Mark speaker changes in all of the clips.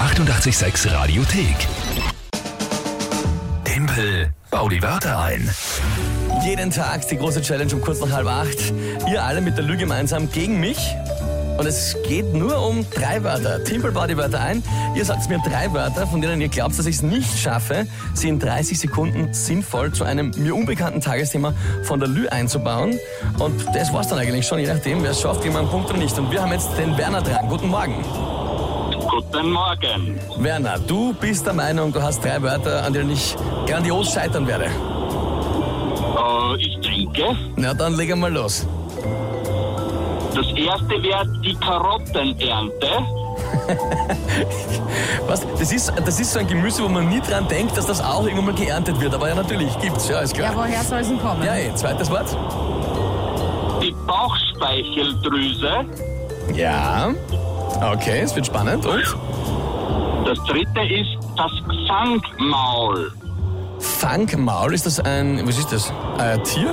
Speaker 1: 886 Radiothek. Tempel, bau die Wörter ein.
Speaker 2: Jeden Tag die große Challenge um kurz nach halb acht. Ihr alle mit der Lüge gemeinsam gegen mich. Und es geht nur um drei Wörter. Timpel baut die Wörter ein. Ihr sagt mir drei Wörter, von denen ihr glaubt, dass ich es nicht schaffe, sie in 30 Sekunden sinnvoll zu einem mir unbekannten Tagesthema von der Lü einzubauen. Und das war's dann eigentlich schon, je nachdem, wer es schafft, jemand einen Punkt oder nicht. Und wir haben jetzt den Werner dran. Guten Morgen.
Speaker 3: Guten Morgen.
Speaker 2: Werner, du bist der Meinung, du hast drei Wörter, an denen ich grandios scheitern werde.
Speaker 3: Äh, ich denke,
Speaker 2: Na, dann legen wir los.
Speaker 3: das erste wäre die Karottenernte.
Speaker 2: Was? Das ist, das ist so ein Gemüse, wo man nie dran denkt, dass das auch irgendwann mal geerntet wird. Aber ja, natürlich, gibt's, ja, ist
Speaker 4: Ja,
Speaker 2: klar.
Speaker 4: woher soll es denn kommen?
Speaker 2: Ja, ey, zweites Wort?
Speaker 3: Die Bauchspeicheldrüse.
Speaker 2: Ja. Okay, es wird spannend. Und?
Speaker 3: Das dritte ist das Fangmaul.
Speaker 2: Fangmaul, ist das ein, was ist das? Ein Tier?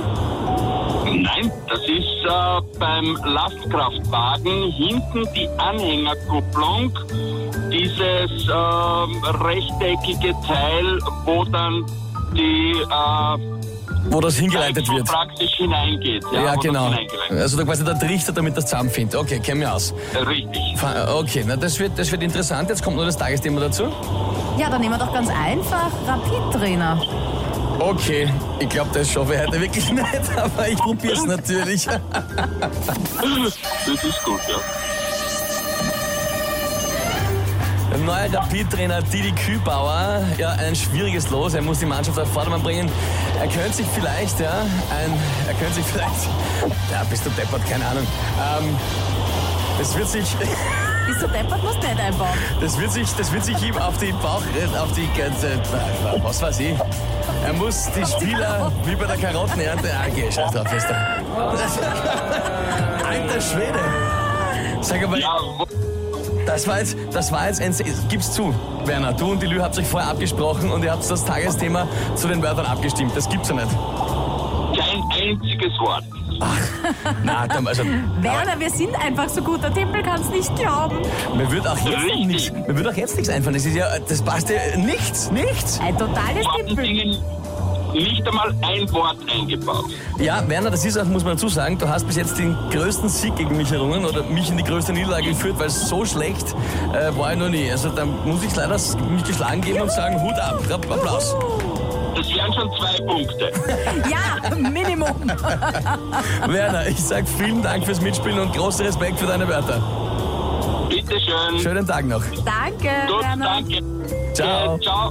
Speaker 3: Nein, das ist äh, beim Lastkraftwagen hinten die Anhängerkupplung. Dieses ähm, rechteckige Teil, wo dann die äh,
Speaker 2: Wo das hingeleitet
Speaker 3: Heizung
Speaker 2: wird.
Speaker 3: praktisch hineingeht. Ja,
Speaker 2: Ja,
Speaker 3: wo das
Speaker 2: genau.
Speaker 3: hineingeleitet
Speaker 2: Also da quasi der Trichter, damit das zusammenfindet. Okay, kenn mich aus.
Speaker 3: wird. Richtig.
Speaker 2: Fa- Okay, na das wird, das wird interessant. Jetzt kommt nur das Tagesthema dazu.
Speaker 4: Ja, dann nehmen wir doch ganz einfach Rapid-Trainer.
Speaker 2: Okay, ich glaube, das schaffe ich heute wirklich nicht, aber ich probiere es natürlich. Äh,
Speaker 3: Das ist gut, ja.
Speaker 2: Neuer Rapid-Trainer Didi Kübauer, ja, ein schwieriges Los. Er muss die Mannschaft auf Vordermann bringen. Er könnte sich vielleicht, ja, ein, er könnte sich vielleicht, ja, bist du deppert, keine Ahnung. Ähm, das wird sich,
Speaker 4: Bist du deppert, musst nicht einbauen.
Speaker 2: das wird sich, das wird sich ihm auf die Bauch, äh, auf die ganze, äh, was weiß ich. Er muss die Spieler wie bei der Karottenernte angehen. Scheiß drauf, ist er. Alter Schwede. Sag aber,
Speaker 3: Ja, wo-
Speaker 2: Das war jetzt, das war jetzt ein, gib's zu, Werner, du und die Lü habt euch vorher abgesprochen und ihr habt das Tagesthema zu den Wörtern abgestimmt. Das gibt's ja nicht.
Speaker 3: kein einziges Wort.
Speaker 2: Na, dann, also,
Speaker 4: Werner, wir sind einfach so gut. Der Tempel kann es nicht glauben.
Speaker 2: mir wird auch jetzt noch
Speaker 3: Richtig.
Speaker 2: nichts, mir wird auch jetzt nichts einfallen. Das ist ja, das passt ja, nichts, nichts.
Speaker 4: Ein totales
Speaker 3: Haben
Speaker 4: Tempel.
Speaker 3: Ihnen nicht einmal ein Wort eingebaut.
Speaker 2: Ja, Werner, das ist auch, muss man dazu sagen, du hast bis jetzt den größten Sieg gegen mich errungen oder mich in die größte Niederlage geführt, weil so schlecht äh, war ich noch nie. Also, da muss ich leider mich geschlagen geben und sagen, Hut ab, Applaus.
Speaker 3: Das wären schon zwei Punkte.
Speaker 4: Ja, Minimum.
Speaker 2: Werner, ich sag vielen Dank fürs Mitspielen und großen Respekt für deine Wörter.
Speaker 3: Bitte schön.
Speaker 2: Schönen Tag noch.
Speaker 4: Danke,
Speaker 3: Gut,
Speaker 4: Werner.
Speaker 3: danke.
Speaker 2: Ciao.
Speaker 3: Äh, ciao.